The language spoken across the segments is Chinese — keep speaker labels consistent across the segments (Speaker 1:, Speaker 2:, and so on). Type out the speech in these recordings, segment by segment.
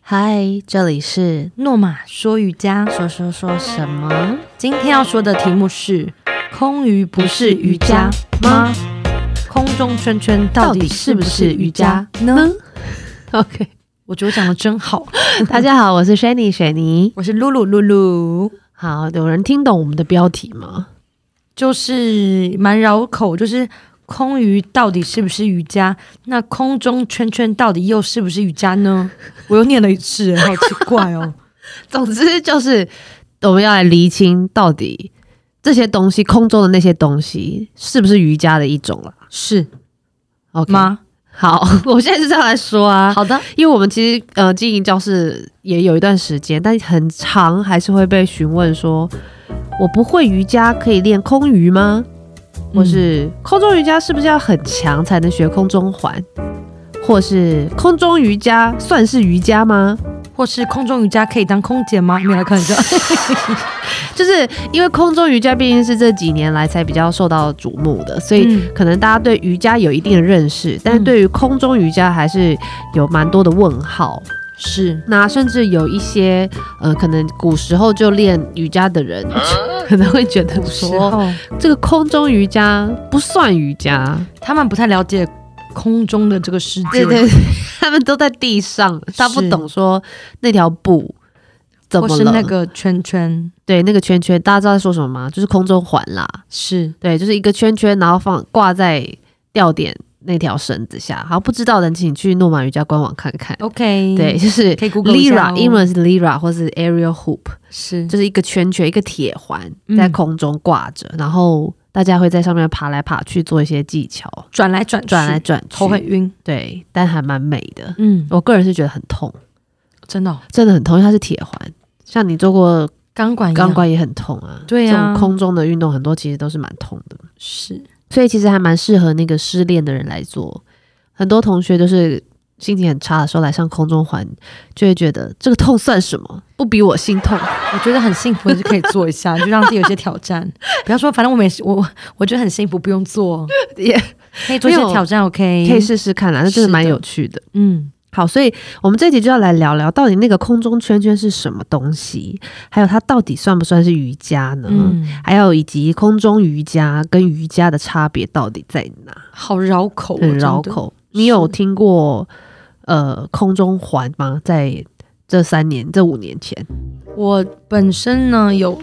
Speaker 1: 嗨，这里是诺玛说瑜伽，说说说什么？今天要说的题目是：空余不是瑜伽吗？空中圈圈到底是不是瑜伽 呢？OK，我觉得我讲的真好。
Speaker 2: 大家好，我是 Shani 雪妮。
Speaker 1: 我是露露露露，
Speaker 2: 好，有人听懂我们的标题吗？
Speaker 1: 就是蛮绕口，就是空余到底是不是瑜伽？那空中圈圈到底又是不是瑜伽呢？我又念了一次，好奇怪 哦。
Speaker 2: 总之就是我们要来厘清到底这些东西，空中的那些东西是不是瑜伽的一种了
Speaker 1: 是
Speaker 2: ？OK
Speaker 1: 吗？
Speaker 2: 好，我现在就是要来说啊，
Speaker 1: 好的，
Speaker 2: 因为我们其实呃经营教室也有一段时间，但很长还是会被询问说，我不会瑜伽可以练空余吗？
Speaker 1: 嗯
Speaker 2: 或是空中瑜伽是不是要很强才能学空中环？或是空中瑜伽算是瑜伽吗？
Speaker 1: 或是空中瑜伽可以当空姐吗？你来看一下。
Speaker 2: 就是因为空中瑜伽毕竟是这几年来才比较受到瞩目的，所以
Speaker 1: 嗯
Speaker 2: 可能大家对瑜伽有一定的认识，但是
Speaker 1: 嗯
Speaker 2: 对于空中瑜伽还是有蛮多的问号。
Speaker 1: 是
Speaker 2: 那甚至有一些呃，可能古时候就练瑜伽的人， 可能会觉得说，这个空中瑜伽不算瑜伽，
Speaker 1: 他们不太了解空中的这个世界，
Speaker 2: 对对，对 他们都在地上，他不
Speaker 1: 是
Speaker 2: 懂说那条布怎
Speaker 1: 或
Speaker 2: 么
Speaker 1: 是
Speaker 2: 了，
Speaker 1: 那个圈圈
Speaker 2: 对那个圈圈，大家知道在说什么吗？就是空中环啦，
Speaker 1: 是
Speaker 2: 对，就是一个圈圈，然后放挂在吊点那条绳子下。好，不知道的人请去诺玛瑜伽官网看看。
Speaker 1: OK，
Speaker 2: 对，，就是
Speaker 1: 可以 Google 一下
Speaker 2: Lira，
Speaker 1: 哦
Speaker 2: 英文是 Lira 或是 Aerial Hoop，
Speaker 1: 是
Speaker 2: 就是一个圈圈，一个铁环在
Speaker 1: 嗯
Speaker 2: 空中挂着，然后大家会在上面爬来爬去，做一些技巧，
Speaker 1: 转来转去
Speaker 2: 转来转去，
Speaker 1: 头很晕，
Speaker 2: 对，但还蛮美的。
Speaker 1: 嗯，
Speaker 2: 我个人是觉得很痛，
Speaker 1: 真的哦
Speaker 2: 哦真的很痛，因为它是铁环。像你做过
Speaker 1: 钢管一样
Speaker 2: 钢管也很痛啊，
Speaker 1: 对啊
Speaker 2: 这种空中的运动很多其实都是蛮痛的。
Speaker 1: 是
Speaker 2: 所以其实还蛮适合那个失恋的人来做。很多同学就是心情很差的时候来上空中环，就会觉得这个痛算什么，不比我心痛。
Speaker 1: 我觉得很幸福，就可以做一下，就让自己有一些挑 战。不要说，反正我每我我我觉得很幸福，不用做，
Speaker 2: 也
Speaker 1: 可以做一些
Speaker 2: 没有
Speaker 1: 挑战。OK，
Speaker 2: 可以试试看啊啦，那真
Speaker 1: 是
Speaker 2: 的
Speaker 1: 的
Speaker 2: 蛮有趣的。
Speaker 1: 嗯，
Speaker 2: 好，所以我们这集就要来聊聊，到底那个空中圈圈是什么东西，还有它到底算不算是瑜伽呢？
Speaker 1: 嗯，
Speaker 2: 还有以及空中瑜伽跟瑜伽的差别到底在哪？
Speaker 1: 好绕口哦，
Speaker 2: 很绕
Speaker 1: 真的。
Speaker 2: 口。你有
Speaker 1: 是
Speaker 2: 听过呃空中环吗？在这三年、这五年前，
Speaker 1: 我本身呢有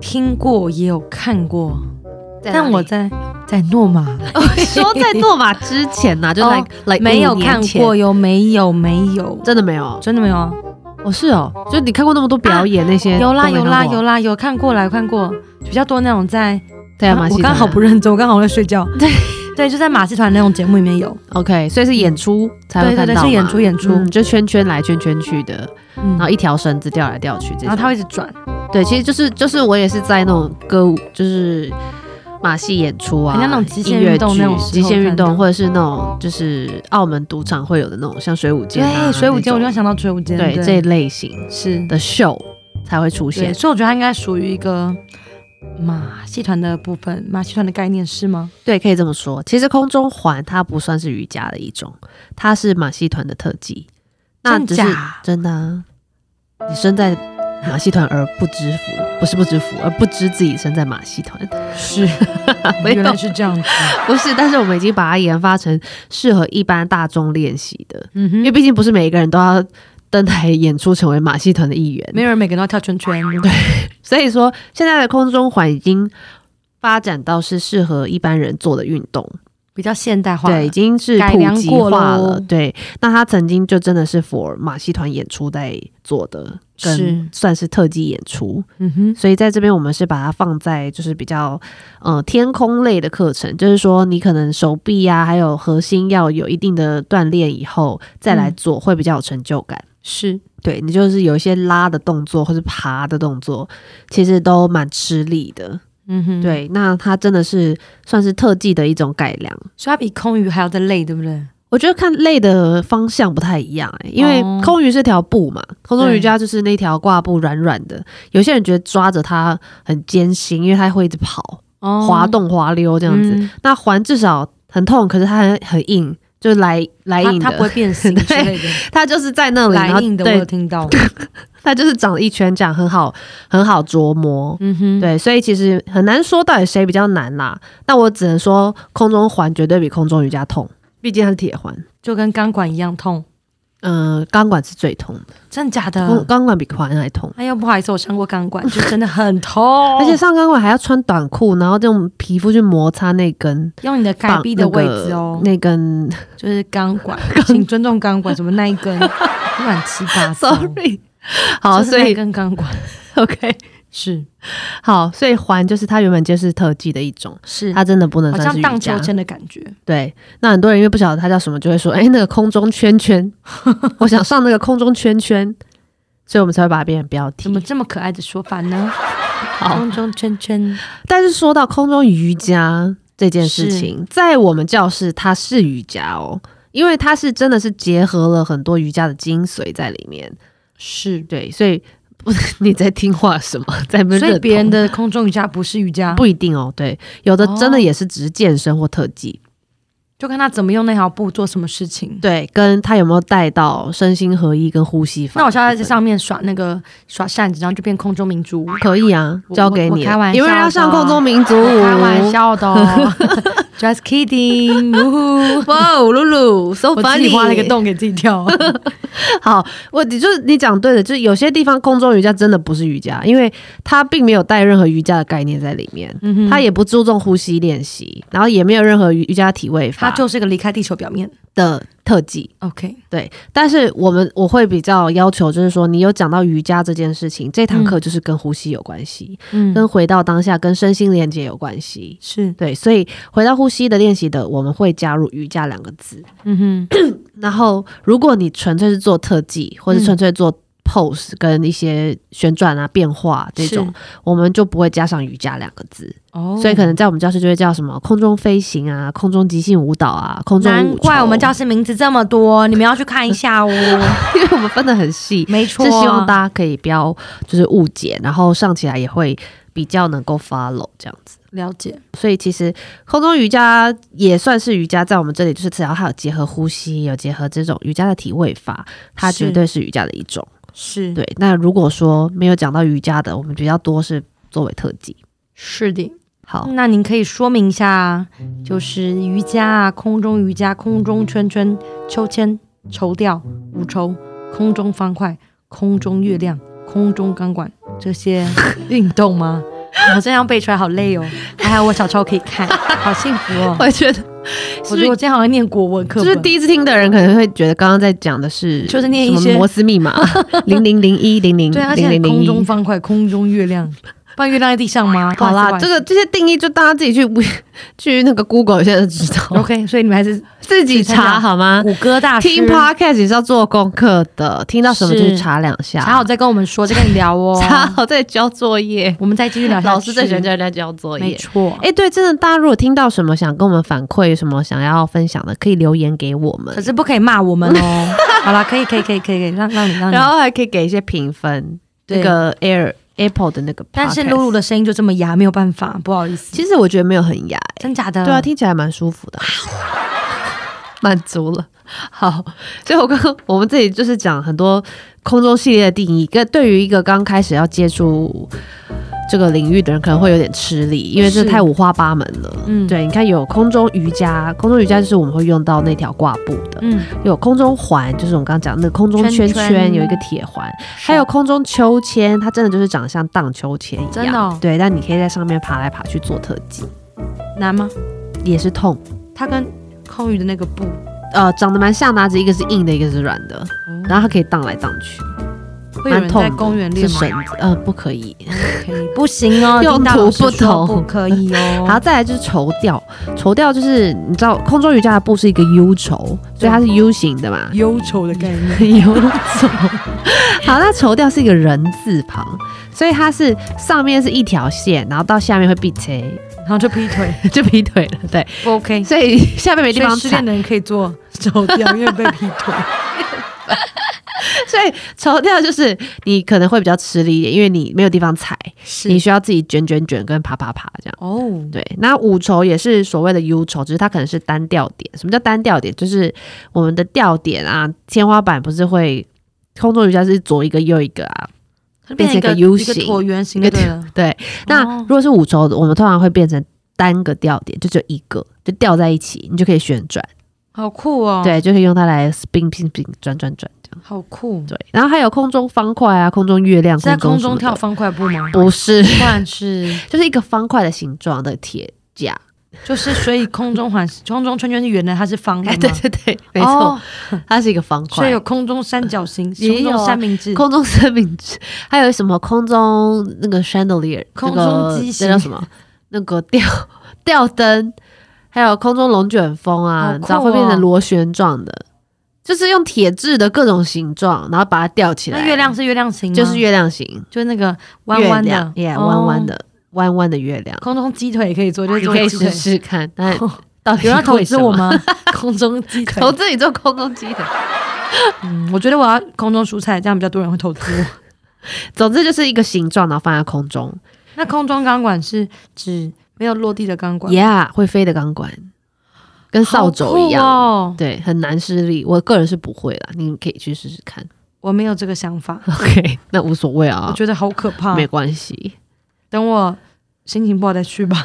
Speaker 1: 听过，也有看过，但我在在诺玛
Speaker 2: 说 在诺玛之前呐、就
Speaker 1: 哦
Speaker 2: like like
Speaker 1: 没有
Speaker 2: 五年
Speaker 1: 看
Speaker 2: 前
Speaker 1: 过，，有没有？没有，
Speaker 2: 真的没有。
Speaker 1: 真的没有啊？
Speaker 2: 哦，是哦，就你看过那么多表演那些，
Speaker 1: 有啦有啦有
Speaker 2: 啦，
Speaker 1: 啦有看过来看过，比较多那种在
Speaker 2: 对啊，
Speaker 1: 啊
Speaker 2: 马戏
Speaker 1: 我
Speaker 2: 团
Speaker 1: 刚好不认真，我刚好在睡觉。 对对，就在马戏团那种节目里面有，
Speaker 2: OK，所以是演出才
Speaker 1: 嗯
Speaker 2: 会
Speaker 1: 对对
Speaker 2: 看
Speaker 1: 对，
Speaker 2: 到嘛
Speaker 1: 是演出演出，
Speaker 2: 嗯就圈圈来圈圈去的，
Speaker 1: 嗯
Speaker 2: 然后一条绳子掉来掉去这种。
Speaker 1: 然后他会一直啊转，
Speaker 2: 对，其实就是就是我也是在那种歌舞，就是马戏演出啊，
Speaker 1: 很像那种极限
Speaker 2: 音乐
Speaker 1: 运动
Speaker 2: 剧
Speaker 1: 那种时候
Speaker 2: 极限运
Speaker 1: 看到
Speaker 2: 动，或者是那种就是澳门赌场会有的那种，像水舞间、啊，
Speaker 1: 对，水舞间我就
Speaker 2: 那
Speaker 1: 会
Speaker 2: 种
Speaker 1: 想到水舞间，
Speaker 2: 对这一类型
Speaker 1: 是
Speaker 2: 的秀才会出
Speaker 1: 对，
Speaker 2: 现。
Speaker 1: 所以我觉得它应该属于一个马戏团的部分，马戏团的概念是吗？
Speaker 2: 对，可以这么说。其实空中环它不算是瑜伽的一种，它是马戏团的特技。那
Speaker 1: 真
Speaker 2: 只是
Speaker 1: 假
Speaker 2: 真的、啊，你身在马戏团而不知福，不是不知福，而不知自己身在马戏团。
Speaker 1: 是，
Speaker 2: 没有
Speaker 1: 原来是这样子。
Speaker 2: 不是，但是我们已经把它研发成适合一般大众练习的，
Speaker 1: 嗯
Speaker 2: 因为
Speaker 1: 哼，
Speaker 2: 毕竟不是每一个人都要登台演出成为马戏团的一员。
Speaker 1: 没有人每个人都要跳圈圈。对，
Speaker 2: 所以说，现在的空中环已经发展到是适合一般人做的运动，
Speaker 1: 比较现代化。
Speaker 2: 对，已，经是
Speaker 1: 改
Speaker 2: 普
Speaker 1: 良
Speaker 2: 及
Speaker 1: 过
Speaker 2: 化
Speaker 1: 咯
Speaker 2: 了。对，那它曾经就真的是 for 马戏团演出在做的，
Speaker 1: 是
Speaker 2: 跟算是特技演出。
Speaker 1: 嗯哼，
Speaker 2: 所以在这边我们是把它放在就是比较呃天空类的课程，就是说你可能手臂呀、还有核心要有一定的锻炼以后
Speaker 1: 嗯
Speaker 2: 再来做，会比较有成就感。
Speaker 1: 是
Speaker 2: 对你就是有一些拉的动作或是爬的动作，其实都蛮吃力的。
Speaker 1: 嗯哼，，
Speaker 2: 对，那它真的是算是特技的一种改良。
Speaker 1: 所以它比空余还要再累，对不对？
Speaker 2: 我觉得看累的方向不太一样、欸，因为
Speaker 1: 哦
Speaker 2: 空余是条布嘛，空中
Speaker 1: 对
Speaker 2: 瑜伽就是那条挂布软软的。有些人觉得抓着它很艰辛，因为它会一直跑、
Speaker 1: 哦嗯
Speaker 2: 滑动、滑溜这
Speaker 1: 这
Speaker 2: 样子。那环至少很痛，可是它很很硬，就来来
Speaker 1: 它
Speaker 2: 硬
Speaker 1: 它不
Speaker 2: 的
Speaker 1: 会，变 形之类的，
Speaker 2: 它就是在那里，然
Speaker 1: 来
Speaker 2: 后
Speaker 1: 硬的我有
Speaker 2: 对，
Speaker 1: 听到。
Speaker 2: 它就是长了一圈这样，很好很好琢磨。
Speaker 1: 嗯哼，
Speaker 2: 对，所以其实很难说到底谁比较难啦。那我只能说，空中环绝对比空中瑜伽痛，毕竟它是铁环。
Speaker 1: 就跟钢管一样痛，
Speaker 2: 嗯、钢管是最痛的，
Speaker 1: 真的假
Speaker 2: 钢
Speaker 1: 的？
Speaker 2: 钢管比环还痛。
Speaker 1: 哎呦，不好意思，我上过钢 管，就真的很痛，
Speaker 2: 而且上钢管还要穿短裤，然后这种皮肤去摩擦那根
Speaker 1: 用你的该
Speaker 2: 绑
Speaker 1: 臂的位置哦，
Speaker 2: 那个那根
Speaker 1: 就是 钢管，请尊重钢管，什么那一 根乱七八糟。
Speaker 2: ，sorry，好，
Speaker 1: 就是
Speaker 2: 所
Speaker 1: 那
Speaker 2: 以
Speaker 1: 根钢管
Speaker 2: OK，
Speaker 1: 是
Speaker 2: 好，所以环就是它原本就是特技的一种，
Speaker 1: 嗯是，
Speaker 2: 它真的不能
Speaker 1: 好
Speaker 2: 算
Speaker 1: 像
Speaker 2: 是
Speaker 1: 荡
Speaker 2: 瑜
Speaker 1: 秋
Speaker 2: 伽。
Speaker 1: 千的感觉。
Speaker 2: 对，那很多人因为不晓得它叫什么，就会说，哎、那个空中圈圈， 我想上那个空中圈圈， 所以我们才会把它变成标
Speaker 1: 怎
Speaker 2: 题
Speaker 1: 么。这么可爱的说法呢？
Speaker 2: 好，
Speaker 1: 空中圈圈
Speaker 2: 但是说到空中瑜伽这件事
Speaker 1: 是
Speaker 2: 情，在我们教室它是瑜伽哦，因为它是真的是结合了很多瑜伽的精髓在里面。
Speaker 1: 是，
Speaker 2: 对，所以不 你在听话什么，在那边
Speaker 1: 所以
Speaker 2: 认
Speaker 1: 别人
Speaker 2: 同
Speaker 1: 的空中瑜伽不是瑜伽，
Speaker 2: 不一定哦。对，有的真
Speaker 1: 哦
Speaker 2: 的也是只是健身或特技，
Speaker 1: 就看他怎么用那条布做什么事情。
Speaker 2: 对，跟他有没有带到身心合一跟呼吸法。
Speaker 1: 那我现在在上面耍那个耍扇子，然后就变空中明珠。
Speaker 2: 可以啊，
Speaker 1: 我
Speaker 2: 交给
Speaker 1: 我
Speaker 2: 你
Speaker 1: 开
Speaker 2: 了
Speaker 1: 玩
Speaker 2: 有没有人
Speaker 1: 笑
Speaker 2: 要上
Speaker 1: 的
Speaker 2: 空中民族舞？
Speaker 1: 我开玩笑的 哦，just kidding，呜呼
Speaker 2: 哇哦，露露，so
Speaker 1: 我
Speaker 2: funny！
Speaker 1: 自己挖了一个洞给自己跳。
Speaker 2: 好，我你就是你讲对了，就是有些地方空中瑜伽真的不是瑜伽，啊因为它并没有带任何瑜伽的概念在里面，
Speaker 1: 嗯哼
Speaker 2: 它也不注重呼吸练习，然后也没有任何瑜瑜伽体位
Speaker 1: 它
Speaker 2: 法
Speaker 1: 就是个离开地球表面。
Speaker 2: 的特技。
Speaker 1: OK，
Speaker 2: 对，但是我们我会比较要求，就是说你有讲到瑜伽这件事情，这堂课就是跟呼吸有关系，
Speaker 1: 嗯，
Speaker 2: 跟回到当下、跟身心连接有关系。
Speaker 1: 是，
Speaker 2: 对，所以回到呼吸的练习的，我们会加入瑜伽两个字。
Speaker 1: 嗯哼，
Speaker 2: 然后，如果你纯粹是做特技，或者纯粹做 pose 跟一些旋转啊、变化这种，我们就不会加上瑜伽两个字。
Speaker 1: 哦
Speaker 2: 所以可能在我们教室就会叫什么空中飞行啊、空中即兴舞蹈啊、空中
Speaker 1: 难
Speaker 2: 舞
Speaker 1: 怪
Speaker 2: 球
Speaker 1: 我们教，室名字这么多，你们要去看一下哦。
Speaker 2: 因为我们分得很细，
Speaker 1: 没错，
Speaker 2: 是希望大家可以不要就是误解，然后上起来也会比较能够 follow 这样子。
Speaker 1: 了解。
Speaker 2: 所以其实空中瑜伽也算是瑜伽，在我们这里就是只要它有结合呼吸，有结合这种瑜伽的体位法，它
Speaker 1: 是
Speaker 2: 绝对是瑜伽的一种。
Speaker 1: 是，
Speaker 2: 对，那如果说没有讲到瑜伽的，我们比较多是作为特技。
Speaker 1: 是的。
Speaker 2: 好，
Speaker 1: 那您可以说明一下，就是瑜伽啊，空中瑜伽、空中圈圈、秋千、绸吊、五筹、空中方块、空中月亮、空中钢管这些运动 吗？我这样背出来好累哦，还好我小时候可以看，好幸福哦！
Speaker 2: 我觉得
Speaker 1: 我觉
Speaker 2: 是
Speaker 1: 得我
Speaker 2: 不
Speaker 1: 今
Speaker 2: 是
Speaker 1: 天好像念国文课
Speaker 2: 就
Speaker 1: 本，
Speaker 2: 是第一次听的人可能会觉得刚刚在讲的是
Speaker 1: 就是念一
Speaker 2: 什么
Speaker 1: 些
Speaker 2: 摩斯密码 零零零一零零
Speaker 1: 对啊，而
Speaker 2: 零
Speaker 1: 且
Speaker 2: 零零
Speaker 1: 空中
Speaker 2: 一。
Speaker 1: 方块、空中月亮，不然月亮在地上吗？
Speaker 2: 好啦，这
Speaker 1: 这
Speaker 2: 个这些定义就大家自己去 去那个 Google 现在就知道，
Speaker 1: OK，所以你们还是
Speaker 2: 自己
Speaker 1: 去参加
Speaker 2: 查好吗？
Speaker 1: 谷歌大师，
Speaker 2: 啊听 podcast 也是要做功课的，听到什么就是去查两下，
Speaker 1: 查好再跟我们说，再跟你聊 哦。
Speaker 2: 查好再交作业。
Speaker 1: 我们再继续聊下去。
Speaker 2: 老师最喜欢叫人家交作
Speaker 1: 没
Speaker 2: 业，
Speaker 1: 错。
Speaker 2: 哎、对，真的，大家如果听到什么想跟我们反馈，什么想要分享的，可以留言给我们
Speaker 1: 可，是不可以骂我们哦。 好啦，可以，可以，可以，可以，可以，让让你，让你。
Speaker 2: 然后还可以给一些评分，
Speaker 1: 对
Speaker 2: 那个 Air Apple 的那个 podcast。
Speaker 1: 但是露露的声音就这么哑，没有办法，不好意思。
Speaker 2: 其实我觉得没有很哑、
Speaker 1: 真假的？
Speaker 2: 对啊，听起来蛮舒服的，满足了。好，所以我刚刚我们这里就是讲很多空中系列的定义，跟对于一个刚开始要接触这个领域的人，可能会有点吃力，因为这
Speaker 1: 是
Speaker 2: 太五花八门了。
Speaker 1: 嗯
Speaker 2: 对，你看有空中瑜伽，空中瑜伽就是我们会用到那条挂布的，
Speaker 1: 嗯，
Speaker 2: 有空中环，就是我们刚刚讲的那个空中圈圈，
Speaker 1: 圈圈
Speaker 2: 有一个铁环，
Speaker 1: 嗯
Speaker 2: 还有空中秋千，它真的就是长得像荡秋千一样，
Speaker 1: 真的哦
Speaker 2: 对，但你可以在上面爬来爬去做特技，
Speaker 1: 难吗？
Speaker 2: 也是痛。
Speaker 1: 它跟空余的那个布，
Speaker 2: 呃，长得蛮像的啊，只是一个是硬的，一个是软的，
Speaker 1: 哦
Speaker 2: 然后它可以荡来荡去，
Speaker 1: 会有人
Speaker 2: 蛮痛
Speaker 1: 在
Speaker 2: 的
Speaker 1: 公园
Speaker 2: 是
Speaker 1: 练吗
Speaker 2: 绳？子，呃，不可以。
Speaker 1: 可以，不行 哦，
Speaker 2: 用
Speaker 1: 听到
Speaker 2: 途
Speaker 1: 老师
Speaker 2: 不
Speaker 1: 说
Speaker 2: 同
Speaker 1: 不可以哦。，
Speaker 2: 然后再来就是绸吊，绸吊就是你知道空中瑜伽的布是一个 U 轴，所以它是 U 型的嘛
Speaker 1: 忧愁的概念，
Speaker 2: 游走。好，那绸吊是一个人字旁，所以它是上面是一条线，然后到下面会劈腿，
Speaker 1: 然后就劈腿，
Speaker 2: 就劈腿了。对，
Speaker 1: 不 OK。
Speaker 2: 所以下面没地
Speaker 1: 所
Speaker 2: 方
Speaker 1: 以失恋
Speaker 2: 踩，
Speaker 1: 的人可以做走掉，因为被劈腿。
Speaker 2: 所 所以抽掉就是你可能会比较吃力一点，因为你没有地方踩，
Speaker 1: 是
Speaker 2: 你需要自己卷卷卷跟爬爬爬这样。
Speaker 1: 哦，
Speaker 2: 对，那五筹也是所谓的 U 筹，只是它可能是单调点。什么叫单调点？就是我们的调点啊，天花板不是会空中瑜伽是左一个右一个啊。
Speaker 1: 它
Speaker 2: 变成
Speaker 1: 一个
Speaker 2: 一个 U
Speaker 1: 一个
Speaker 2: 型
Speaker 1: 椭圆形就对了。
Speaker 2: 对，那
Speaker 1: 哦
Speaker 2: 如果是五筹，我们通常会变成单个调点，就只有一个，就吊在一起，你就可以旋转，
Speaker 1: 好酷哦，，
Speaker 2: 对，就可以用它来 spin spin spin 转转转这样。
Speaker 1: 好酷。
Speaker 2: 对，然后还有空中方块啊，空中月亮，
Speaker 1: 是在空
Speaker 2: 什么
Speaker 1: 中
Speaker 2: 的
Speaker 1: 跳方块步吗？
Speaker 2: 不是，
Speaker 1: 不然是
Speaker 2: 就是一个方块的形状的铁架。
Speaker 1: 就是，所以空中环空中圈圈是圆的，它是方的
Speaker 2: 哎，
Speaker 1: 吗？
Speaker 2: 对对对，没错，
Speaker 1: 嗯哦
Speaker 2: 它是一个方块。
Speaker 1: 所以有空中三角形、
Speaker 2: 也
Speaker 1: 空
Speaker 2: 有啊
Speaker 1: 中三明治、
Speaker 2: 空中三明治，还有什么空中那个 chandelier，
Speaker 1: 空
Speaker 2: 那个
Speaker 1: 中机型
Speaker 2: 那叫什么？那个吊吊灯，还有空中龙卷风啊，
Speaker 1: 好
Speaker 2: 你知道
Speaker 1: 酷
Speaker 2: 会变成
Speaker 1: 哦
Speaker 2: 螺旋状的，就是用铁质的各种形状，然后把它吊起来。
Speaker 1: 那月亮是月亮形吗，
Speaker 2: 就是月亮形，
Speaker 1: 就是那个弯弯
Speaker 2: 月
Speaker 1: 的
Speaker 2: 亮，耶，
Speaker 1: 哦
Speaker 2: 弯弯。的，弯弯的月亮，
Speaker 1: 空中鸡腿也可以做，就是
Speaker 2: 你
Speaker 1: 做
Speaker 2: 可以
Speaker 1: 鸡腿
Speaker 2: 试。试看。但
Speaker 1: 哦
Speaker 2: 到
Speaker 1: 有
Speaker 2: 底
Speaker 1: 人要投
Speaker 2: 为
Speaker 1: 资
Speaker 2: 什
Speaker 1: 我
Speaker 2: 么？
Speaker 1: 吗？ 空中鸡腿，
Speaker 2: 投资你做空中鸡腿。
Speaker 1: 嗯，我觉得我要空中蔬菜，这样比较多人会投资我。
Speaker 2: 总之就是一个形状，然后放在空中。
Speaker 1: 那空中钢管是指没有落地的钢管，
Speaker 2: Yeah，会飞的钢管，跟扫帚一样。
Speaker 1: 好酷哦。
Speaker 2: 对，很难施力，我个人是不会啦，你们可以去试试看。
Speaker 1: 我没有这个想法，
Speaker 2: OK，那无所谓
Speaker 1: 我
Speaker 2: 啊，
Speaker 1: 觉得好可怕。
Speaker 2: 没关系。
Speaker 1: 等我心情不好再去吧。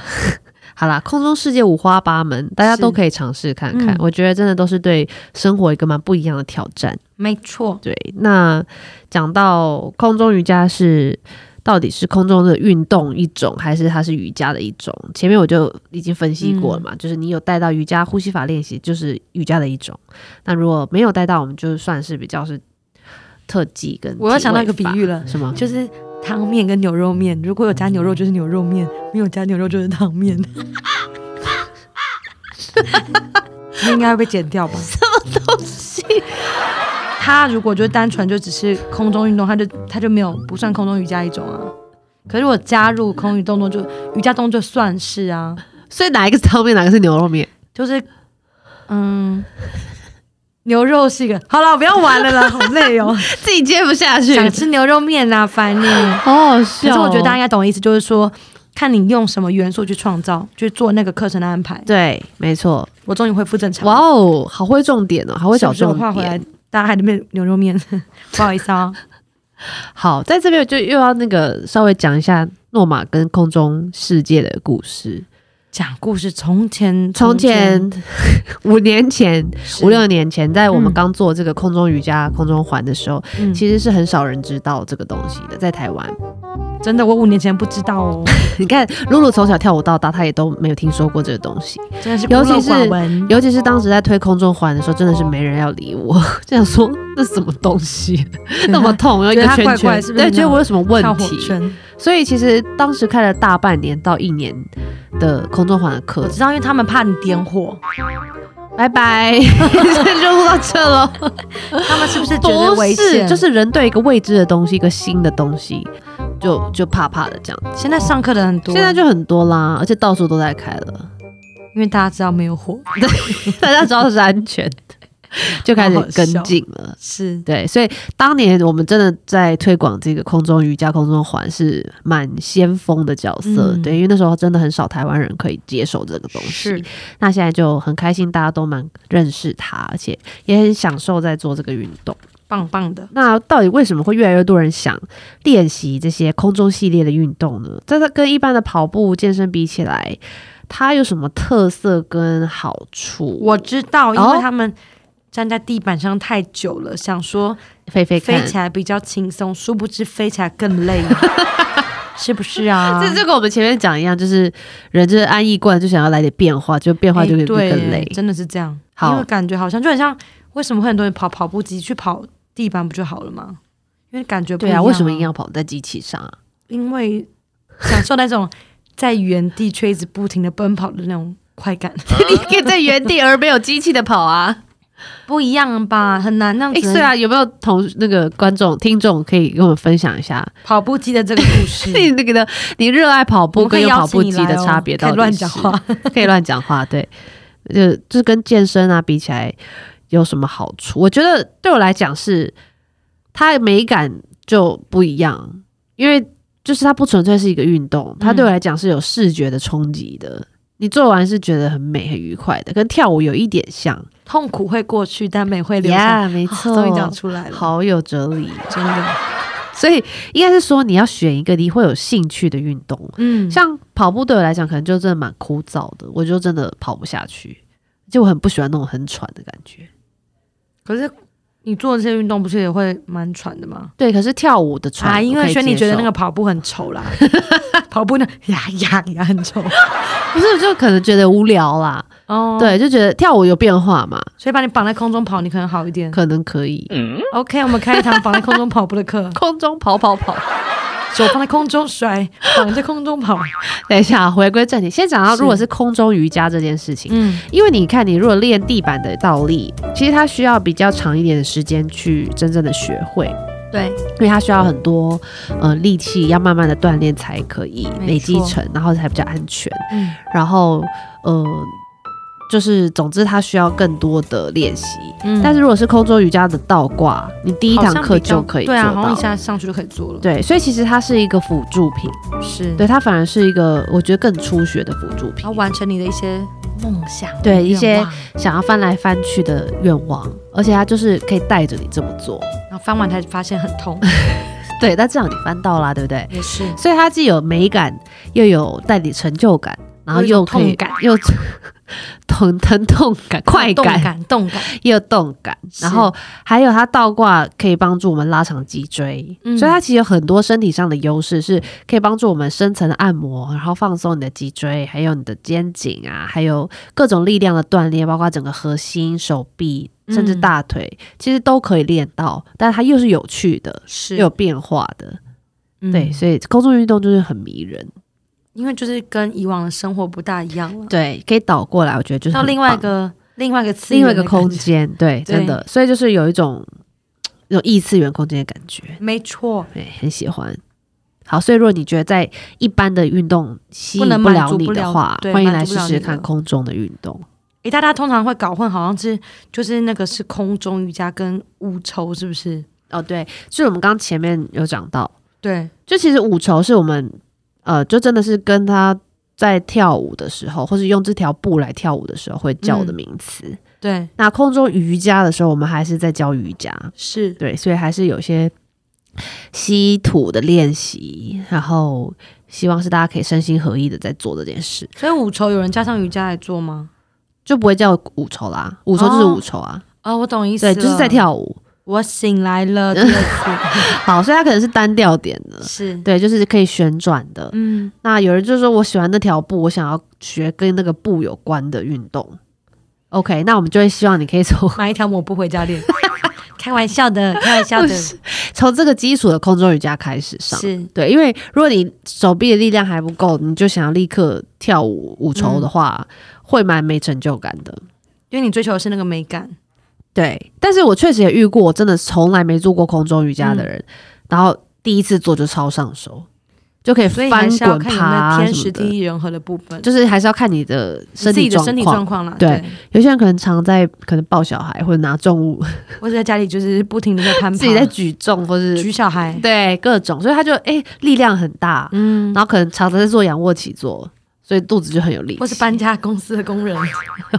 Speaker 2: 好啦，空中世界五花八门，大家
Speaker 1: 是
Speaker 2: 都可以尝试看看。
Speaker 1: 嗯
Speaker 2: 我觉得真的都是对生活一个蛮不一样的挑战。
Speaker 1: 没错，
Speaker 2: 对，那讲到空中瑜伽是到底是空中的运动一种，还是它是瑜伽的一种？前面我就已经分析过了
Speaker 1: 嗯
Speaker 2: 嘛，就是你有带到瑜伽呼吸法练习，就是瑜伽的一种。那如果没有带到，我们就算是比较是特技跟
Speaker 1: 我又想到一个比喻
Speaker 2: 了，
Speaker 1: 了，
Speaker 2: 是吗？
Speaker 1: 就是汤面跟牛肉面，如果有加牛肉就是牛肉面，没有加牛肉就是汤面。 应该会被剪掉吧？什么东西？他如果就单纯就只是空中运动，他就他就没有不算空中瑜伽一种啊。可是我加入空余动作就瑜伽动作就算是啊，
Speaker 2: 所以哪一个是汤面，哪个是牛肉面？
Speaker 1: 就是嗯，牛肉是一个好了，不要玩 了啦，好累哦，
Speaker 2: 自己接不下去，
Speaker 1: 想吃牛肉面啦，烦你。
Speaker 2: 好好
Speaker 1: 可
Speaker 2: 笑哦、
Speaker 1: 是我觉得大家应该懂的意思，就是说，看你用什么元素去创造，去做那个课程的安排。
Speaker 2: 对，没错。
Speaker 1: 我终于恢复正常，
Speaker 2: 哇哦，好会重点哦，好会找
Speaker 1: 是不
Speaker 2: 重
Speaker 1: 是我画回
Speaker 2: 点
Speaker 1: 来。，大家还在那边牛肉面， 不好意思啊。
Speaker 2: 好，在这边就又要那个稍微讲一下诺玛跟空中世界的故事。
Speaker 1: 讲故事，从前，
Speaker 2: 从前 五年前、
Speaker 1: 是
Speaker 2: 五六年前，在我们
Speaker 1: 嗯
Speaker 2: 刚做这个空中瑜伽、空中环的时候，
Speaker 1: 嗯
Speaker 2: 其实是很少人知道这个东西的。在台湾，
Speaker 1: 真的，我五年前不知道哦，
Speaker 2: 你看露露从小跳舞到大，她也都没有听说过这个东西。
Speaker 1: 真的是孤
Speaker 2: 尤其
Speaker 1: 陋
Speaker 2: 是
Speaker 1: 寡闻。
Speaker 2: 尤其是当时在推空中环的时候，真的是没人要理我， 就想说这什么东西，那么痛，然后一
Speaker 1: 觉得
Speaker 2: 个
Speaker 1: 它
Speaker 2: 圈
Speaker 1: 怪
Speaker 2: 圈，
Speaker 1: 怪是不是
Speaker 2: 对，觉得我有什么问
Speaker 1: 跳火
Speaker 2: 题？
Speaker 1: 圈，
Speaker 2: 所以其实当时开了大半年到一年的空中环的
Speaker 1: 我
Speaker 2: 课，
Speaker 1: 知道，因为他们怕你点火，
Speaker 2: 拜拜，今天就录到这了。
Speaker 1: 他们是不是觉得
Speaker 2: 不
Speaker 1: 危
Speaker 2: 是，
Speaker 1: 险？
Speaker 2: 就是人对一个未知的东西，一个新的东西，就就怕怕的这样。
Speaker 1: 现在上课的很多，
Speaker 2: 现在就很多啦，而且到处都在开了，
Speaker 1: 因为大家知道没有火，
Speaker 2: 大家知道是安 全的，就开始
Speaker 1: 好好笑
Speaker 2: 跟进了。
Speaker 1: 是
Speaker 2: 对，所以当年我们真的在推广这个空中瑜伽、空中环是蛮先锋的角色，
Speaker 1: 嗯
Speaker 2: 对，因为那时候真的很少台湾人可以接受这个东西
Speaker 1: 是。，
Speaker 2: 那现在就很开心，大家都蛮认识他，而且也很享受在做这个运动。
Speaker 1: 棒棒的。
Speaker 2: 那到底为什么会越来越多人想练习这些空中系列的运动呢？在它跟一般的跑步、健身比起来，它有什么特色跟好处？
Speaker 1: 我知道，因
Speaker 2: 哦
Speaker 1: 为他们站在地板上太久了，想说
Speaker 2: 菲菲看
Speaker 1: 飞起来比较轻松，殊不知飞起来更 累，是不是啊？
Speaker 2: 这这跟我们前面讲一样，就是人就是安逸惯，了，就想要来点变化，就变化
Speaker 1: 哎
Speaker 2: 就会更
Speaker 1: 对耶
Speaker 2: 累。
Speaker 1: 真的是这样。
Speaker 2: 好
Speaker 1: 因为感觉好像就很像，为什么会很多人跑跑步机去跑地板不就好了吗？因为感觉不
Speaker 2: 对
Speaker 1: 一
Speaker 2: 啊，
Speaker 1: 样
Speaker 2: 为什么一定？要跑在机器上啊？
Speaker 1: 因为享受那种在原地 却一直不停的奔跑的那种快感，
Speaker 2: 你可以在原地而没有机器的跑啊。
Speaker 1: 不一样吧？很难那样
Speaker 2: 哎、
Speaker 1: 子。
Speaker 2: 对啊，有没有同那个观众、听众可以跟我们分享一下，
Speaker 1: 跑步机的这个故事
Speaker 2: 你那个的你热爱跑
Speaker 1: 我
Speaker 2: 步
Speaker 1: 们可
Speaker 2: 跟
Speaker 1: 以
Speaker 2: 有
Speaker 1: 邀
Speaker 2: 跑
Speaker 1: 请
Speaker 2: 步
Speaker 1: 嗯你
Speaker 2: 机的
Speaker 1: 来哦
Speaker 2: 差别
Speaker 1: 可
Speaker 2: 到
Speaker 1: 以
Speaker 2: 底
Speaker 1: 乱
Speaker 2: 是
Speaker 1: 讲话，，
Speaker 2: 可以乱讲话，对，就就是跟健身啊比起来有什么好处？我觉得对我来讲是它美感就不一样，因为就是它不纯粹是一个运
Speaker 1: 嗯
Speaker 2: 动，它对我来讲是有视觉的冲击的。你做完是觉得很美、很愉快的，跟跳舞有一点像。
Speaker 1: 痛苦会过去，但美会留下。
Speaker 2: 呀，没
Speaker 1: 啊
Speaker 2: 错，
Speaker 1: 终于讲出来了，，
Speaker 2: 好有哲理。
Speaker 1: 真的，
Speaker 2: 所以应该是说，你要选一个你会有兴趣的运动。
Speaker 1: 嗯，
Speaker 2: 像跑步对我来讲，可能就真的蛮枯燥的，我就真的跑不下去，就我很不喜欢那种很喘的感觉。
Speaker 1: 可是你做这些运动不是也会蛮喘的吗？
Speaker 2: 对，可是跳舞的喘我
Speaker 1: 啊，
Speaker 2: 可以接
Speaker 1: 因
Speaker 2: 受，
Speaker 1: 为轩你觉得那个跑步很丑 啦，跑步呢呀呀呀很丑
Speaker 2: 不是，就可能觉得无聊啦。
Speaker 1: 哦，，
Speaker 2: 对，就觉得跳舞有变化嘛，
Speaker 1: 所以把你绑在空中跑，你可能好一点。
Speaker 2: 可能可以，
Speaker 1: OK，我们开一堂绑在空中跑步的课
Speaker 2: 空中跑跑跑。
Speaker 1: 手放在空中甩，绑在空中跑。
Speaker 2: 等一下，回归正题，先讲到
Speaker 1: 是
Speaker 2: 如果是空中瑜伽这件事情，
Speaker 1: 嗯，
Speaker 2: 因为你看，你如果练地板的倒立，其实它需要比较长一点的时间去真正的学会，
Speaker 1: 对，
Speaker 2: 因为它需要很多呃力气，要慢慢的锻炼才可以
Speaker 1: 没
Speaker 2: 累积
Speaker 1: 错
Speaker 2: 成，然后才比较安全。
Speaker 1: 嗯，
Speaker 2: 然后呃，就是总之它需要更多的练习。
Speaker 1: 嗯
Speaker 2: 但是如果是空中瑜伽的倒挂，你第一堂课就可以做
Speaker 1: 对啊，好像
Speaker 2: 到
Speaker 1: 一。下上去就可以做了。
Speaker 2: 对，所以其实它是一个辅助品，
Speaker 1: 嗯是，
Speaker 2: 对，它反而是一个我觉得更初学的辅助品
Speaker 1: 然后，完成你的一些梦想，
Speaker 2: 对一些
Speaker 1: 愿望
Speaker 2: 想要翻来翻去的愿望，而且它就是可以带着你这么做。
Speaker 1: 然后翻完才发现很痛，
Speaker 2: 对，但至少你翻到啦，对不对？
Speaker 1: 也是
Speaker 2: 所以它既有美感，又有带你成就感，然后
Speaker 1: 有一种
Speaker 2: 又可以
Speaker 1: 痛感
Speaker 2: 又 疼疼痛感、快
Speaker 1: 动
Speaker 2: 感，
Speaker 1: 感、动 感，
Speaker 2: 也有动感，
Speaker 1: 是
Speaker 2: 然后还有它倒挂可以帮助我们拉长脊椎，
Speaker 1: 嗯
Speaker 2: 所以它其实有很多身体上的优势，是可以帮助我们深层的按摩，然后放松你的脊椎，还有你的肩颈啊，还有各种力量的锻炼，包括整个核心、手臂，
Speaker 1: 嗯
Speaker 2: 甚至大腿，其实都可以练到，但它又是有趣的，
Speaker 1: 是
Speaker 2: 又有变化的，
Speaker 1: 嗯
Speaker 2: 对，所以空中运动就是很迷人，
Speaker 1: 因为就是跟以往的生活不大一样了，
Speaker 2: 对，可以倒过来，我觉得就是
Speaker 1: 到
Speaker 2: 很
Speaker 1: 另外一
Speaker 2: 棒
Speaker 1: 个另外一个次
Speaker 2: 另
Speaker 1: 元
Speaker 2: 外
Speaker 1: 的
Speaker 2: 一个空
Speaker 1: 感觉，
Speaker 2: 间，对，
Speaker 1: 对
Speaker 2: 真的，所以就是有一种有异次元空间的感觉，
Speaker 1: 没错，
Speaker 2: 对，很喜欢。好，所以如果你觉得在一般的运动吸引
Speaker 1: 不能
Speaker 2: 不
Speaker 1: 满
Speaker 2: 了
Speaker 1: 足
Speaker 2: 你
Speaker 1: 不
Speaker 2: 的
Speaker 1: 了
Speaker 2: 话，
Speaker 1: 对
Speaker 2: 欢迎来
Speaker 1: 满足
Speaker 2: 试
Speaker 1: 不了
Speaker 2: 试
Speaker 1: 你的
Speaker 2: 看空中的运动。
Speaker 1: 诶，大家通常会搞混，好像是就是那个是空中瑜伽跟乌抽，是不是？
Speaker 2: 哦，对，就是我们刚前面有讲到，
Speaker 1: 对，
Speaker 2: 就其实五筹是我们呃，就真的是跟他在跳舞的时候，或是用这条布来跳舞的时候会教的
Speaker 1: 嗯
Speaker 2: 名词。
Speaker 1: 对，
Speaker 2: 那空中瑜伽的时候，我们还是在教瑜伽，
Speaker 1: 是
Speaker 2: 对，所以还是有一些稀土的练习，然后希望是大家可以身心合一的在做这件事，
Speaker 1: 所以五筹有人加上瑜伽来做吗？
Speaker 2: 就不会叫五筹啦，五筹就是
Speaker 1: 哦
Speaker 2: 五筹啊，
Speaker 1: 哦，我懂意思
Speaker 2: 对，
Speaker 1: 了，
Speaker 2: 就是在。跳舞。
Speaker 1: 我醒来了，第二
Speaker 2: 好，所以它可能是单调点的
Speaker 1: 次，是，
Speaker 2: 对，就是可以旋转的。
Speaker 1: 嗯，
Speaker 2: 那有人就说我喜欢那条布，我想要学跟那个布有关的运动。OK，那我们就会希望你可以从
Speaker 1: 买一条抹布回家练， 开玩笑的，开玩笑的，
Speaker 2: 从这个基础的空中瑜伽开始上。
Speaker 1: 是
Speaker 2: 对，因为如果你手臂的力量还不够，你就想要立刻跳舞舞筹的话，会蛮没成就感的。
Speaker 1: 因为你追求的是那个美感，
Speaker 2: 对，但是我确实也遇过，真的从来没做过空中瑜伽的人，然后第一次做就超上手，就可以
Speaker 1: 所以
Speaker 2: 翻
Speaker 1: 还是要
Speaker 2: 滚
Speaker 1: 看有
Speaker 2: 爬
Speaker 1: 没有
Speaker 2: 啊
Speaker 1: 天
Speaker 2: 什
Speaker 1: 时
Speaker 2: 么
Speaker 1: 地
Speaker 2: 的，
Speaker 1: 利人和的部分，
Speaker 2: 就是还是要看你的身
Speaker 1: 自
Speaker 2: 体
Speaker 1: 己的
Speaker 2: 状
Speaker 1: 身体状
Speaker 2: 况。
Speaker 1: 况啦。
Speaker 2: 对，有些人可能常在可能抱小孩或者拿重物，
Speaker 1: 或者在家里就是不停的在攀爬，
Speaker 2: 自己在举重或是
Speaker 1: 举小孩，
Speaker 2: 对各种，所以他就哎、力量很大，
Speaker 1: 嗯，
Speaker 2: 然后可能常常在做仰卧起坐，所以肚子就很有力气。
Speaker 1: 或是搬家公司的 工人，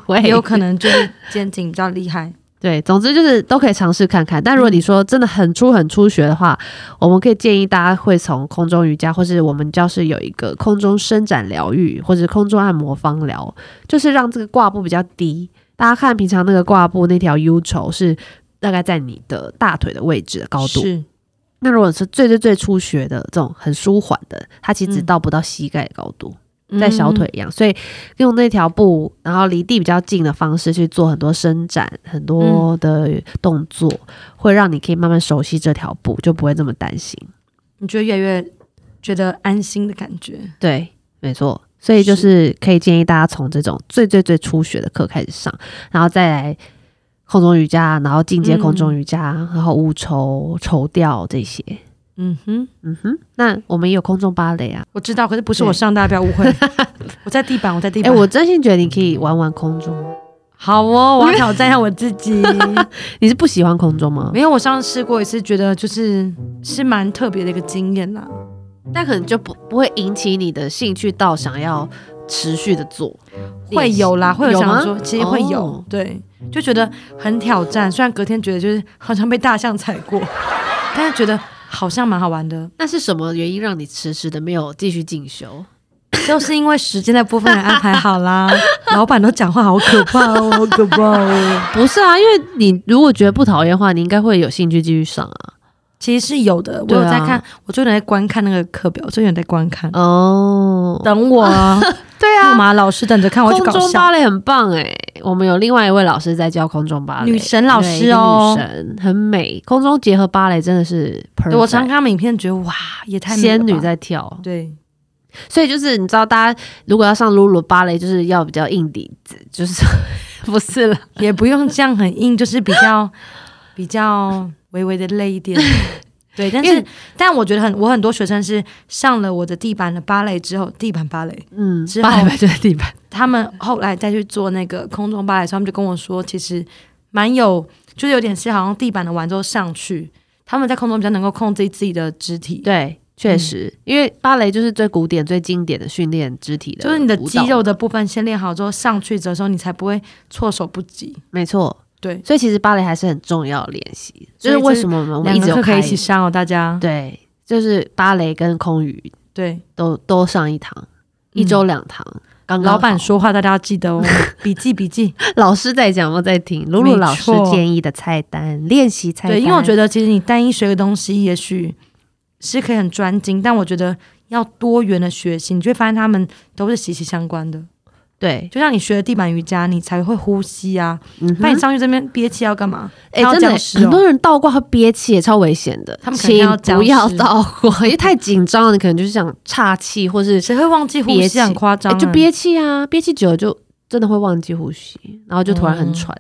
Speaker 2: 我
Speaker 1: 也有可能就是肩颈比较厉害。
Speaker 2: 对，总之就是都可以尝试看看。但如果你说真的很初很初学的话，我们可以建议大家会从空中瑜伽，或是我们教室有一个空中伸展疗愈，或者空中按摩芳疗，就是让这个挂布比较低。大家看平常那个挂布那条 U 轴是大概在你的大腿的位置的高度。
Speaker 1: 是，
Speaker 2: 那如果是最最最初学的这种很舒缓的，它其实
Speaker 1: 嗯
Speaker 2: 到不到膝盖的高度。在小腿一样，所以用那条布，然后离地比较近的方式去做很多伸展、很多的动作，会让你可以慢慢熟悉这条布，就不会这么担心。
Speaker 1: 你就会越来越觉得安心的感觉。
Speaker 2: 对，没错。所以就是可以建议大家从这种最最最初学的课开始上，然后再来空中瑜伽，然后进阶空中瑜伽，然后无筹、筹调这些。
Speaker 1: 嗯哼，
Speaker 2: 嗯哼，那我们也有空中芭蕾啊。
Speaker 1: 我知道，可是不是我
Speaker 2: 对
Speaker 1: 上，大家不要误会。我在地板，我在地
Speaker 2: 哎、
Speaker 1: 板。
Speaker 2: 我真心觉得你可以玩玩空中，
Speaker 1: 好哦，我要挑战一下我自己。
Speaker 2: 你是不喜欢空中吗？
Speaker 1: 没有，我上次试过一次，觉得就是是蛮特别的一个经验啦。
Speaker 2: 但可能就不不会引起你的兴趣到想要持续的做，
Speaker 1: 会有啦，会有
Speaker 2: 有
Speaker 1: 想
Speaker 2: 吗
Speaker 1: 说，其实会有，
Speaker 2: 哦
Speaker 1: 对，就觉得很挑战。虽然隔天觉得就是好像被大象踩过， 但是觉得好像蛮好玩 的。
Speaker 2: 那是什么原因让你迟迟的没有继续进修？
Speaker 1: 就是因为时间的部分也安排好啦， 老板都讲话好可怕哦， 好可怕哦。
Speaker 2: 不是啊，因为你如果觉得不讨厌的话，你应该会有兴趣继续上啊。
Speaker 1: 其实是有的，我
Speaker 2: 对啊
Speaker 1: 有在看，我最近有在观看那个课表，我最近有在观看。
Speaker 2: 哦，
Speaker 1: 等我啊，
Speaker 2: 对
Speaker 1: 木，马老师等着看，我要去
Speaker 2: 空
Speaker 1: 搞
Speaker 2: 中
Speaker 1: 笑。
Speaker 2: 芭蕾很棒哎、我们有另外一位老师在教空中芭蕾，
Speaker 1: 女神老师
Speaker 2: 对一个
Speaker 1: 哦
Speaker 2: 女神很美，空中结合芭蕾真的是 perfect。
Speaker 1: 对我常看他们影片，觉得哇，也太美了
Speaker 2: 仙女
Speaker 1: 吧
Speaker 2: 在跳，
Speaker 1: 对，
Speaker 2: 所以就是你知道，大家如果要上露露芭蕾，就是要比较硬底子，就是 不是了，
Speaker 1: 也不用这样很硬，就是比较比较微微的累一 点。对，但
Speaker 2: 因
Speaker 1: 是
Speaker 2: 为
Speaker 1: 但我觉得很，我很多学生是上了我的地板的芭蕾之后，地板芭蕾，
Speaker 2: 嗯
Speaker 1: 之，后
Speaker 2: 芭蕾摆在地板，
Speaker 1: 他们后来再去做那个空中芭蕾的时候，他们就跟我说，其实蛮有，就是有点是好像地板的完之后上去，他们在空中比较能够控制自己的肢体，
Speaker 2: 对，
Speaker 1: 嗯
Speaker 2: 确实，因为芭蕾就是最古典、最经典的训练肢体的，
Speaker 1: 就是你的肌肉，的部分先练好之后，上去的时候你才不会措手不及。
Speaker 2: 没错。
Speaker 1: 对，
Speaker 2: 所以其实芭蕾还是很重要的练习，
Speaker 1: 所
Speaker 2: 就
Speaker 1: 以这
Speaker 2: 是为什么我们我们
Speaker 1: 两
Speaker 2: 一直
Speaker 1: 个
Speaker 2: 有
Speaker 1: 课可以
Speaker 2: 开
Speaker 1: 一起上哦，大家。
Speaker 2: 对，就是芭蕾跟空余
Speaker 1: 对，
Speaker 2: 都都上一堂，一周两堂。刚
Speaker 1: 嗯
Speaker 2: 刚好
Speaker 1: 老板，说话大家要记得 哦，笔记笔记。
Speaker 2: 老师在讲，我在听。露露老师
Speaker 1: 没错
Speaker 2: 建议的菜单练习菜单，
Speaker 1: 对，因为我觉
Speaker 2: 得
Speaker 1: 得其实你单一学个东西，也许是可以很专精，但我觉得要多元的学习，你就会发现他们都是息息相关的。
Speaker 2: 对，
Speaker 1: 就像你学了地板瑜伽，你才会呼吸啊，
Speaker 2: 嗯
Speaker 1: 不然
Speaker 2: 哼
Speaker 1: 你，上去这边憋气要干嘛？
Speaker 2: 哎、
Speaker 1: 看到
Speaker 2: 真的、
Speaker 1: 僵尸哦
Speaker 2: 很多人倒挂会憋气，超危险的。
Speaker 1: 他们可能
Speaker 2: 请
Speaker 1: 看到僵
Speaker 2: 不要
Speaker 1: 尸
Speaker 2: 倒 挂，因为太紧张了，你可能就是想岔气，或是、
Speaker 1: 谁会忘记呼
Speaker 2: 憋
Speaker 1: 吸？啊
Speaker 2: 气
Speaker 1: 很夸张、
Speaker 2: 哎就。憋气啊，憋气久了就真的会忘记呼吸，然后就突然很
Speaker 1: 嗯
Speaker 2: 喘。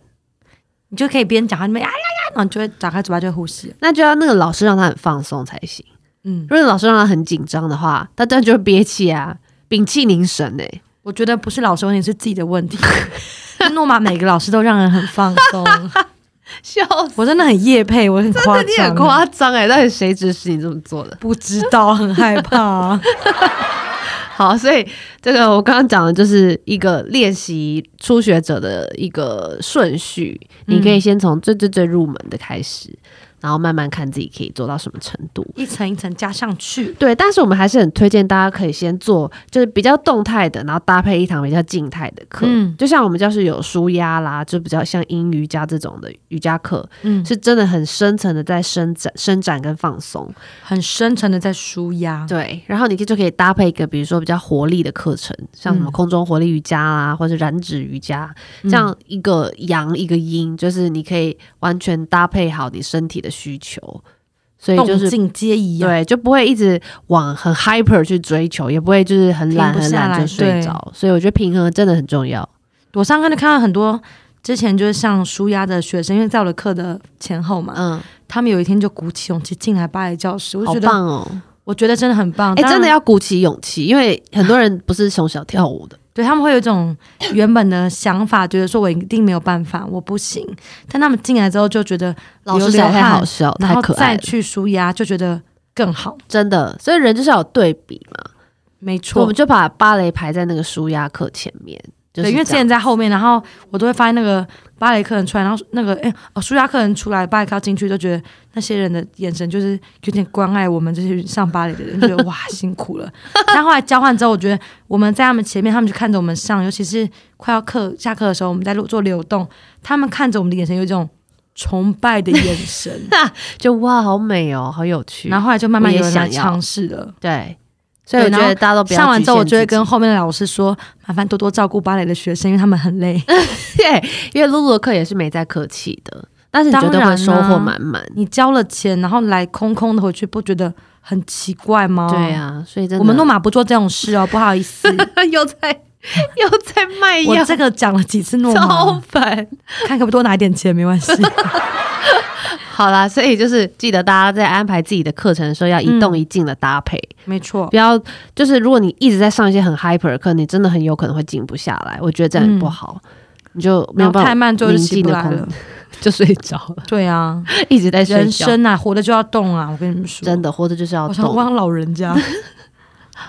Speaker 1: 你就可以边讲，他那边啊呀呀，然后你就会打开嘴巴就会呼吸。
Speaker 2: 那就要那个老师让他很放松才行。
Speaker 1: 嗯，
Speaker 2: 如果老师让他很紧张的话，他当然就会憋气啊，屏气凝神哎、
Speaker 1: 我觉得不是老师问题，是自己的问 题。诺玛每个老师都让人很放松，
Speaker 2: 笑死！
Speaker 1: 我真的很夜配，我很夸
Speaker 2: 那你很
Speaker 1: 张，
Speaker 2: 夸张哎，到底谁指使你这么做的？
Speaker 1: 不知道，很害怕。
Speaker 2: 好，所以这个我刚刚讲的就是一个练习初学者的一个顺序，
Speaker 1: 嗯
Speaker 2: 你可以先从最最最入门的开始，然后慢慢看自己可以做到什么程度。
Speaker 1: 一层一层加上去。
Speaker 2: 对，但是我们还是很推荐大家可以先做，就是比较动态的，然后搭配一堂比较静态的课。
Speaker 1: 嗯
Speaker 2: 就像我们教室有舒压啦，就比较像英瑜伽这种的瑜伽课，
Speaker 1: 嗯，是
Speaker 2: 是真的很深层的在伸展、伸展跟放松。
Speaker 1: 很深沉的在舒压。
Speaker 2: 对，然后你可以就可以搭配一个，比如说比较活力的课程，像什么
Speaker 1: 嗯
Speaker 2: 空中活力瑜伽啦，或者燃脂瑜伽，这样一个阳一个阴，就是你可以完全搭配好你身体的需求，所以
Speaker 1: 动
Speaker 2: 就是。
Speaker 1: 静皆宜啊。
Speaker 2: 对，就不会一直往很 hyper 去追求，也不会就是很懒
Speaker 1: 停不
Speaker 2: 很
Speaker 1: 下
Speaker 2: 懒
Speaker 1: 来
Speaker 2: 就睡
Speaker 1: 对
Speaker 2: 着，所以我觉得平衡真的很重要。
Speaker 1: 我上课就看到很多之前就是上舒压的学生，因为在我的课的前后嘛，
Speaker 2: 嗯，
Speaker 1: 他们有一天就鼓起勇气进来芭蕾教室，我
Speaker 2: 好
Speaker 1: 就觉得
Speaker 2: 棒哦！
Speaker 1: 我觉得真的很棒，
Speaker 2: 哎、
Speaker 1: 当然
Speaker 2: 真的要鼓起勇气，因为很多人不是从小跳舞的，
Speaker 1: 对他们会有一种原本的想法，觉得说我一定没有办法，我不行，但他们进来之后就觉得，
Speaker 2: 老师
Speaker 1: 流
Speaker 2: 实在
Speaker 1: 流
Speaker 2: 太
Speaker 1: 汗
Speaker 2: 好笑，
Speaker 1: 然
Speaker 2: 哦太
Speaker 1: 后
Speaker 2: 可爱
Speaker 1: 再
Speaker 2: 了，
Speaker 1: 去舒压就觉得更好，
Speaker 2: 真的。所以人就是要有对比嘛，
Speaker 1: 没
Speaker 2: 我
Speaker 1: 错
Speaker 2: 们。就把芭蕾排在那个舒压课前面，就是
Speaker 1: 对，因为之
Speaker 2: 这样，
Speaker 1: 前在后面，然后我都会发现那个芭蕾课人出来，然后那个哎、哦，舒压课人出来，芭蕾课要进去，就觉得那些人的眼神就是有点关爱我们这些上芭蕾的人，就觉得哇辛苦了。 但后来交换之后，我觉得我们在他们前面，他们就看着我们上，尤其是快要课下课的时候，我们在路做流动，他们看着我们的眼神有一种崇拜的眼神
Speaker 2: 就哇，好美哦，好有趣。
Speaker 1: 然
Speaker 2: 后
Speaker 1: 后后来就慢慢
Speaker 2: 我也
Speaker 1: 有人来
Speaker 2: 想要
Speaker 1: 尝试了。
Speaker 2: 对，所以我
Speaker 1: 对
Speaker 2: 觉
Speaker 1: 然
Speaker 2: 得
Speaker 1: 后
Speaker 2: 大家都不要
Speaker 1: 上完之后，我就会
Speaker 2: 局限
Speaker 1: 跟后面的老师说，麻烦多多照顾芭蕾的学生，因为他们很累。
Speaker 2: 自己 对，因为露露的课也是没在客气的，但是你绝对
Speaker 1: 当
Speaker 2: 会
Speaker 1: 然啊
Speaker 2: 收获满满。
Speaker 1: 你交了钱，然后来空空的回去，不觉得很奇怪吗？
Speaker 2: 对、啊，所以真的
Speaker 1: 哦我们诺玛不做这种事哦，不好意思，
Speaker 2: 又在又在卖
Speaker 1: 我啊这个讲了几次诺
Speaker 2: 哎超
Speaker 1: 玛，
Speaker 2: 烦。
Speaker 1: 看可不可以多拿一点钱，没关 系。
Speaker 2: 好啦，所以就是记得大家在安排自己的课程的时候，要一动一静的搭配。
Speaker 1: 没错
Speaker 2: 不，要就是如果你一直在上一些很 hyper 的课，你真的很有可能会静不下来，我觉得这样很不好。你就没
Speaker 1: 嗯然
Speaker 2: 有
Speaker 1: 后
Speaker 2: 办
Speaker 1: 太
Speaker 2: 法
Speaker 1: 慢之后就
Speaker 2: 宁
Speaker 1: 起
Speaker 2: 静
Speaker 1: 不
Speaker 2: 的
Speaker 1: 来
Speaker 2: 空
Speaker 1: 了。
Speaker 2: 就睡着了，
Speaker 1: 对啊，
Speaker 2: 一直在睡
Speaker 1: 人
Speaker 2: 觉。
Speaker 1: 生啊，活着就要动啊！我跟你们说，
Speaker 2: 真的活着就是要
Speaker 1: 我想
Speaker 2: 动。
Speaker 1: 我像老人 家，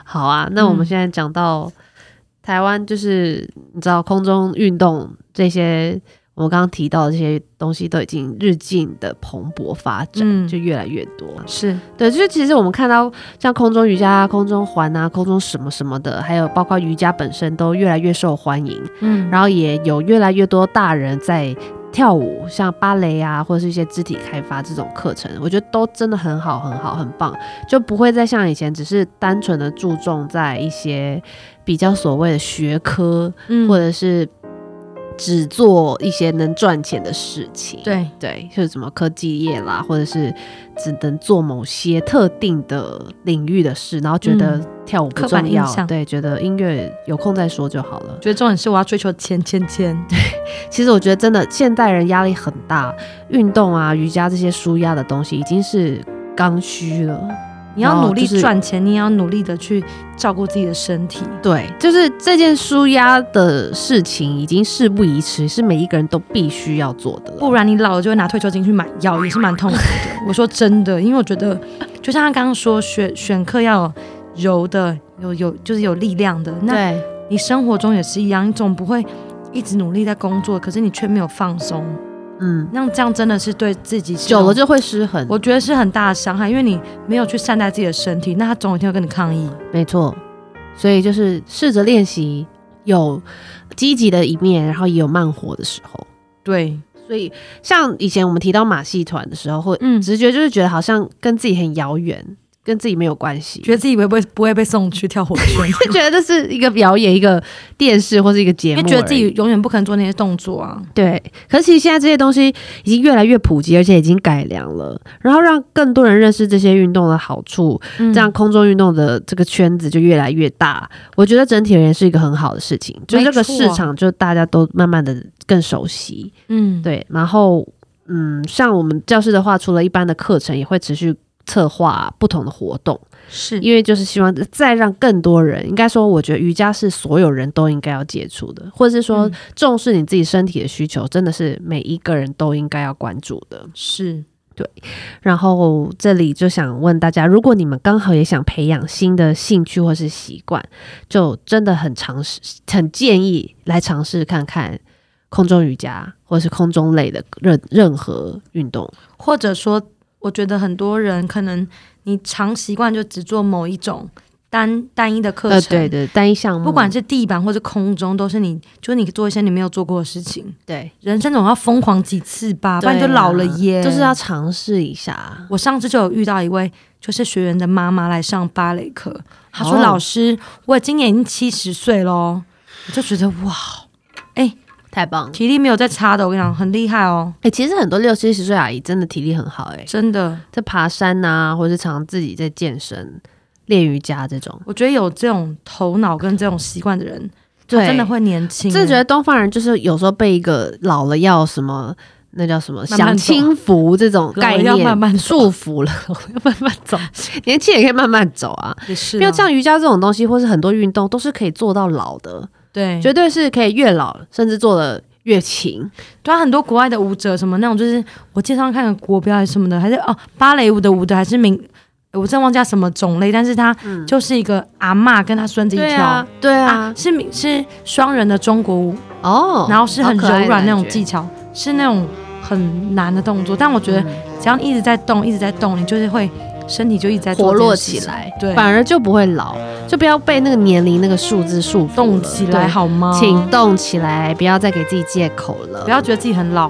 Speaker 2: 好啊，那我们
Speaker 1: 嗯
Speaker 2: 现在讲到台湾，就是你知道空中运动这些，我刚刚提到的这些东西都已经日进的蓬勃发展，
Speaker 1: 嗯
Speaker 2: 就越来越多。
Speaker 1: 是
Speaker 2: 对，就是其实我们看到像空中瑜伽啊、空中环啊、空中什么什么的，还有包括瑜伽本身都越来越受欢迎，
Speaker 1: 嗯，
Speaker 2: 然后也有越来越多大人在。跳舞，像芭蕾啊，或者是一些肢体开发这种课程，我觉得都真的很好，很好，很棒，就不会再像以前只是单纯的注重在一些比较所谓的学科，
Speaker 1: 嗯
Speaker 2: 或者是只做一些能赚钱的事情。
Speaker 1: 对，
Speaker 2: 对，就是什么科技业啦，或者是只能做某些特定的领域的事，然后觉得
Speaker 1: 嗯
Speaker 2: 跳舞不
Speaker 1: 刻板
Speaker 2: 重
Speaker 1: 印
Speaker 2: 要，
Speaker 1: 象
Speaker 2: 对，觉得音乐有空再说就好了。
Speaker 1: 觉得重点是我要追求钱钱钱，
Speaker 2: 其实我觉得真的现代人压力很大，运动啊、瑜伽这些舒压的东西已经是刚需了。
Speaker 1: 你要
Speaker 2: 然后
Speaker 1: 努力
Speaker 2: 就是
Speaker 1: 赚钱，你也要努力的去照顾自己的身体。
Speaker 2: 对，就是这件舒压的事情已经事不宜迟，是每一个人都必须要做的了。
Speaker 1: 不然你老了就会拿退休金去买药，也是蛮痛苦的。我说真的，因为我觉得，就像他刚刚说，选选课要有柔的，有有就是有力量的。那
Speaker 2: 对，
Speaker 1: 你生活中也是一样，你总不会一直努力在工作，可是你却没有放松，
Speaker 2: 嗯，
Speaker 1: 那这样真的是对自己是
Speaker 2: 久了就会失衡。
Speaker 1: 我觉得是很大的伤害，因为你没有去善待自己的身体，那他总有一天会跟你抗议。
Speaker 2: 没错，所以就是试着练习，有积极的一面，然后也有慢活的时候。
Speaker 1: 对，
Speaker 2: 所以像以前我们提到马戏团的时候，会
Speaker 1: 嗯，
Speaker 2: 直觉就是觉得好像跟自己很遥远，跟自己没有关系，
Speaker 1: 觉得自己会不会不会被送去跳 火圈，
Speaker 2: 就觉得这是一个表演、一个电视或是一个节
Speaker 1: 因
Speaker 2: 目而
Speaker 1: 为
Speaker 2: 已，
Speaker 1: 觉得自己永远不可能做那些动作啊。
Speaker 2: 对，可是其实现在这些东西已经越来越普及，而且已经改良了，然后让更多人认识这些运动的好处，
Speaker 1: 嗯
Speaker 2: 这样空中运动的这个圈子就越来越大。我觉得整体而言是一个很好的事情，就
Speaker 1: 没
Speaker 2: 这个
Speaker 1: 错
Speaker 2: 市场就大家都慢慢的更熟悉。
Speaker 1: 嗯，
Speaker 2: 对，然后嗯，像我们教室的话，除了一般的课程，也会持续。策划不同的活动，
Speaker 1: 是
Speaker 2: 因为就是希望再让更多人，应该说，我觉得瑜伽是所有人都应该要接触的，或者是说
Speaker 1: 嗯
Speaker 2: 重视你自己身体的需求，真的是每一个人都应该要关注的。
Speaker 1: 是
Speaker 2: 然后这里就想问大家，如果你们刚好也想培养新的兴趣或是习惯，就真的很尝试，很建议来尝试看看空中瑜伽或是空中类的任任何运动。
Speaker 1: 或者说，我觉得很多人可能你常习惯就只做某一种单单一的课
Speaker 2: 呃，
Speaker 1: 程，
Speaker 2: 对对，单一项目，
Speaker 1: 不管是地板或是空中，都是你就是你做一些你没有做过的事情。
Speaker 2: 对，
Speaker 1: 人生总要疯狂几次吧，不然就
Speaker 2: 对啊
Speaker 1: 老了耶。
Speaker 2: 就是要尝试一下。
Speaker 1: 我上次就有遇到一位就是学员的妈妈来上芭蕾课，她说：“
Speaker 2: 哦
Speaker 1: 老师，我今年已经七十岁喽。”我就觉得哇，
Speaker 2: 太棒了！
Speaker 1: 体力没有在差的，我跟你讲，很厉害哦，
Speaker 2: 哎、其实很多六七十岁阿姨真的体力很好、哎，
Speaker 1: 真的。
Speaker 2: 在爬山呐、或者是常自己在健身、练瑜伽这种，
Speaker 1: 我觉得有这种头脑跟这种习惯的人，他
Speaker 2: 对，
Speaker 1: 真的。会年轻。
Speaker 2: 真的觉得东方人就是有时候被一个老了要什么，那叫什么
Speaker 1: 慢慢
Speaker 2: 享清福这种概
Speaker 1: 老
Speaker 2: 念
Speaker 1: 了要慢慢走
Speaker 2: 束缚了， 要慢慢走，年轻也可以慢慢走啊。
Speaker 1: 也是
Speaker 2: 因
Speaker 1: 啊
Speaker 2: 为像瑜伽这种东西，或是很多运动，都是可以做到老的，
Speaker 1: 对，
Speaker 2: 绝对是可以越老甚至做的越勤。
Speaker 1: 对啊，很多国外的舞者什么那种，就是我介绍看的国标还是什么的，还是哦芭蕾舞的舞的，还是民，呃我真忘记它什么种类，但是他就是一个阿嬷跟她孙子一
Speaker 2: 对
Speaker 1: 跳。
Speaker 2: 啊，对啊，
Speaker 1: 是民是双人的中国舞，
Speaker 2: 哦，
Speaker 1: 然后是很
Speaker 2: 好
Speaker 1: 柔
Speaker 2: 可爱的
Speaker 1: 软那种
Speaker 2: 感觉
Speaker 1: 技巧，是那种很难的动作。但我觉得
Speaker 2: 嗯
Speaker 1: 只要你一直在动，一直在动，你就是会身体就一直在做
Speaker 2: 活络
Speaker 1: 这件
Speaker 2: 起
Speaker 1: 事情，
Speaker 2: 来，
Speaker 1: 对
Speaker 2: 反而就不会老，就不要被那个年龄那个数字束缚了
Speaker 1: 动起来
Speaker 2: 对
Speaker 1: 好吗？
Speaker 2: 请动起来，不要再给自己借口了。
Speaker 1: 不要觉得自己很老，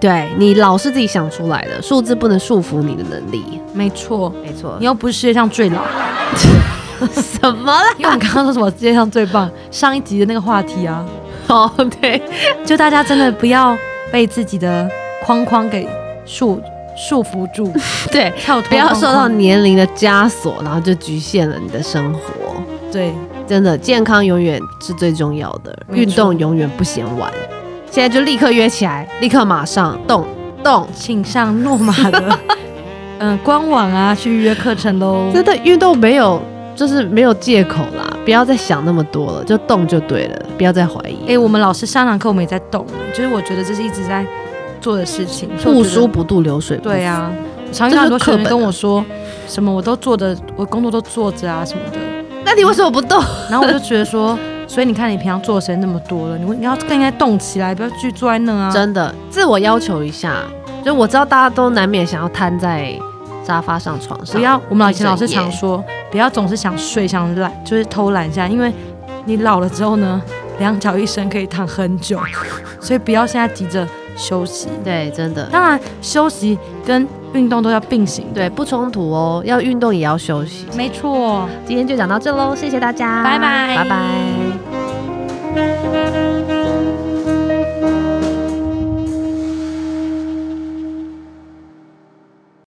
Speaker 2: 对你老是自己想出来的，数字不能束缚你的能力。
Speaker 1: 没错，
Speaker 2: 没错
Speaker 1: 你，又不是世界上最老。
Speaker 2: 什么啦？
Speaker 1: 因为我们刚刚说什么世界上最棒，上一集的那个话题啊，
Speaker 2: 哦，对，
Speaker 1: 就大家真的不要被自己的框框给束束缚 住，
Speaker 2: 对，
Speaker 1: 跳脱
Speaker 2: 不要
Speaker 1: 框框
Speaker 2: 受到年龄的枷锁，然后就局限了你的生活。
Speaker 1: 对
Speaker 2: 真的，健康永远是最重要的，
Speaker 1: 没错
Speaker 2: 运动永远不嫌晚。现在就立刻约起来，立刻马上动动。
Speaker 1: 请上 诺玛的呃嗯、官网啊去预约课程喽。
Speaker 2: 真的，运动没有就是没有借口啦，不要再想那么多了，就动就对了，不要再怀疑。
Speaker 1: 哎、我们老师上堂课我们也在动，就是我觉得这是一直在做的事情。所以我
Speaker 2: 不
Speaker 1: 觉得
Speaker 2: 输不渡流水不
Speaker 1: 对
Speaker 2: 腐
Speaker 1: 啊，我常遇到很多学
Speaker 2: 这
Speaker 1: 生
Speaker 2: 就是课本啊
Speaker 1: 跟我说，什么我都做的，我工作都做着啊什么的。
Speaker 2: 那你为什么不动？
Speaker 1: 然后我就觉得说，所以你看你平常做的时间那么多了，你你要更应该动起来，不要去坐在那啊。
Speaker 2: 真的，自我要求一下。就我知道大家都难免想要瘫在沙发上、床上，
Speaker 1: 不要，我们以前老师
Speaker 2: 一整
Speaker 1: 常
Speaker 2: 夜
Speaker 1: 说，不要总是想睡想懒，就是偷懒一下，因为你老了之后呢，两脚一伸可以躺很久，所以不要现在急着休息。
Speaker 2: 对，真的
Speaker 1: 当然，休息跟运动都要并行。
Speaker 2: 对不冲突哦，要运动也要休息。
Speaker 1: 没错。
Speaker 2: 今天就讲到这喽，谢谢大家，
Speaker 1: 拜拜
Speaker 2: 拜拜。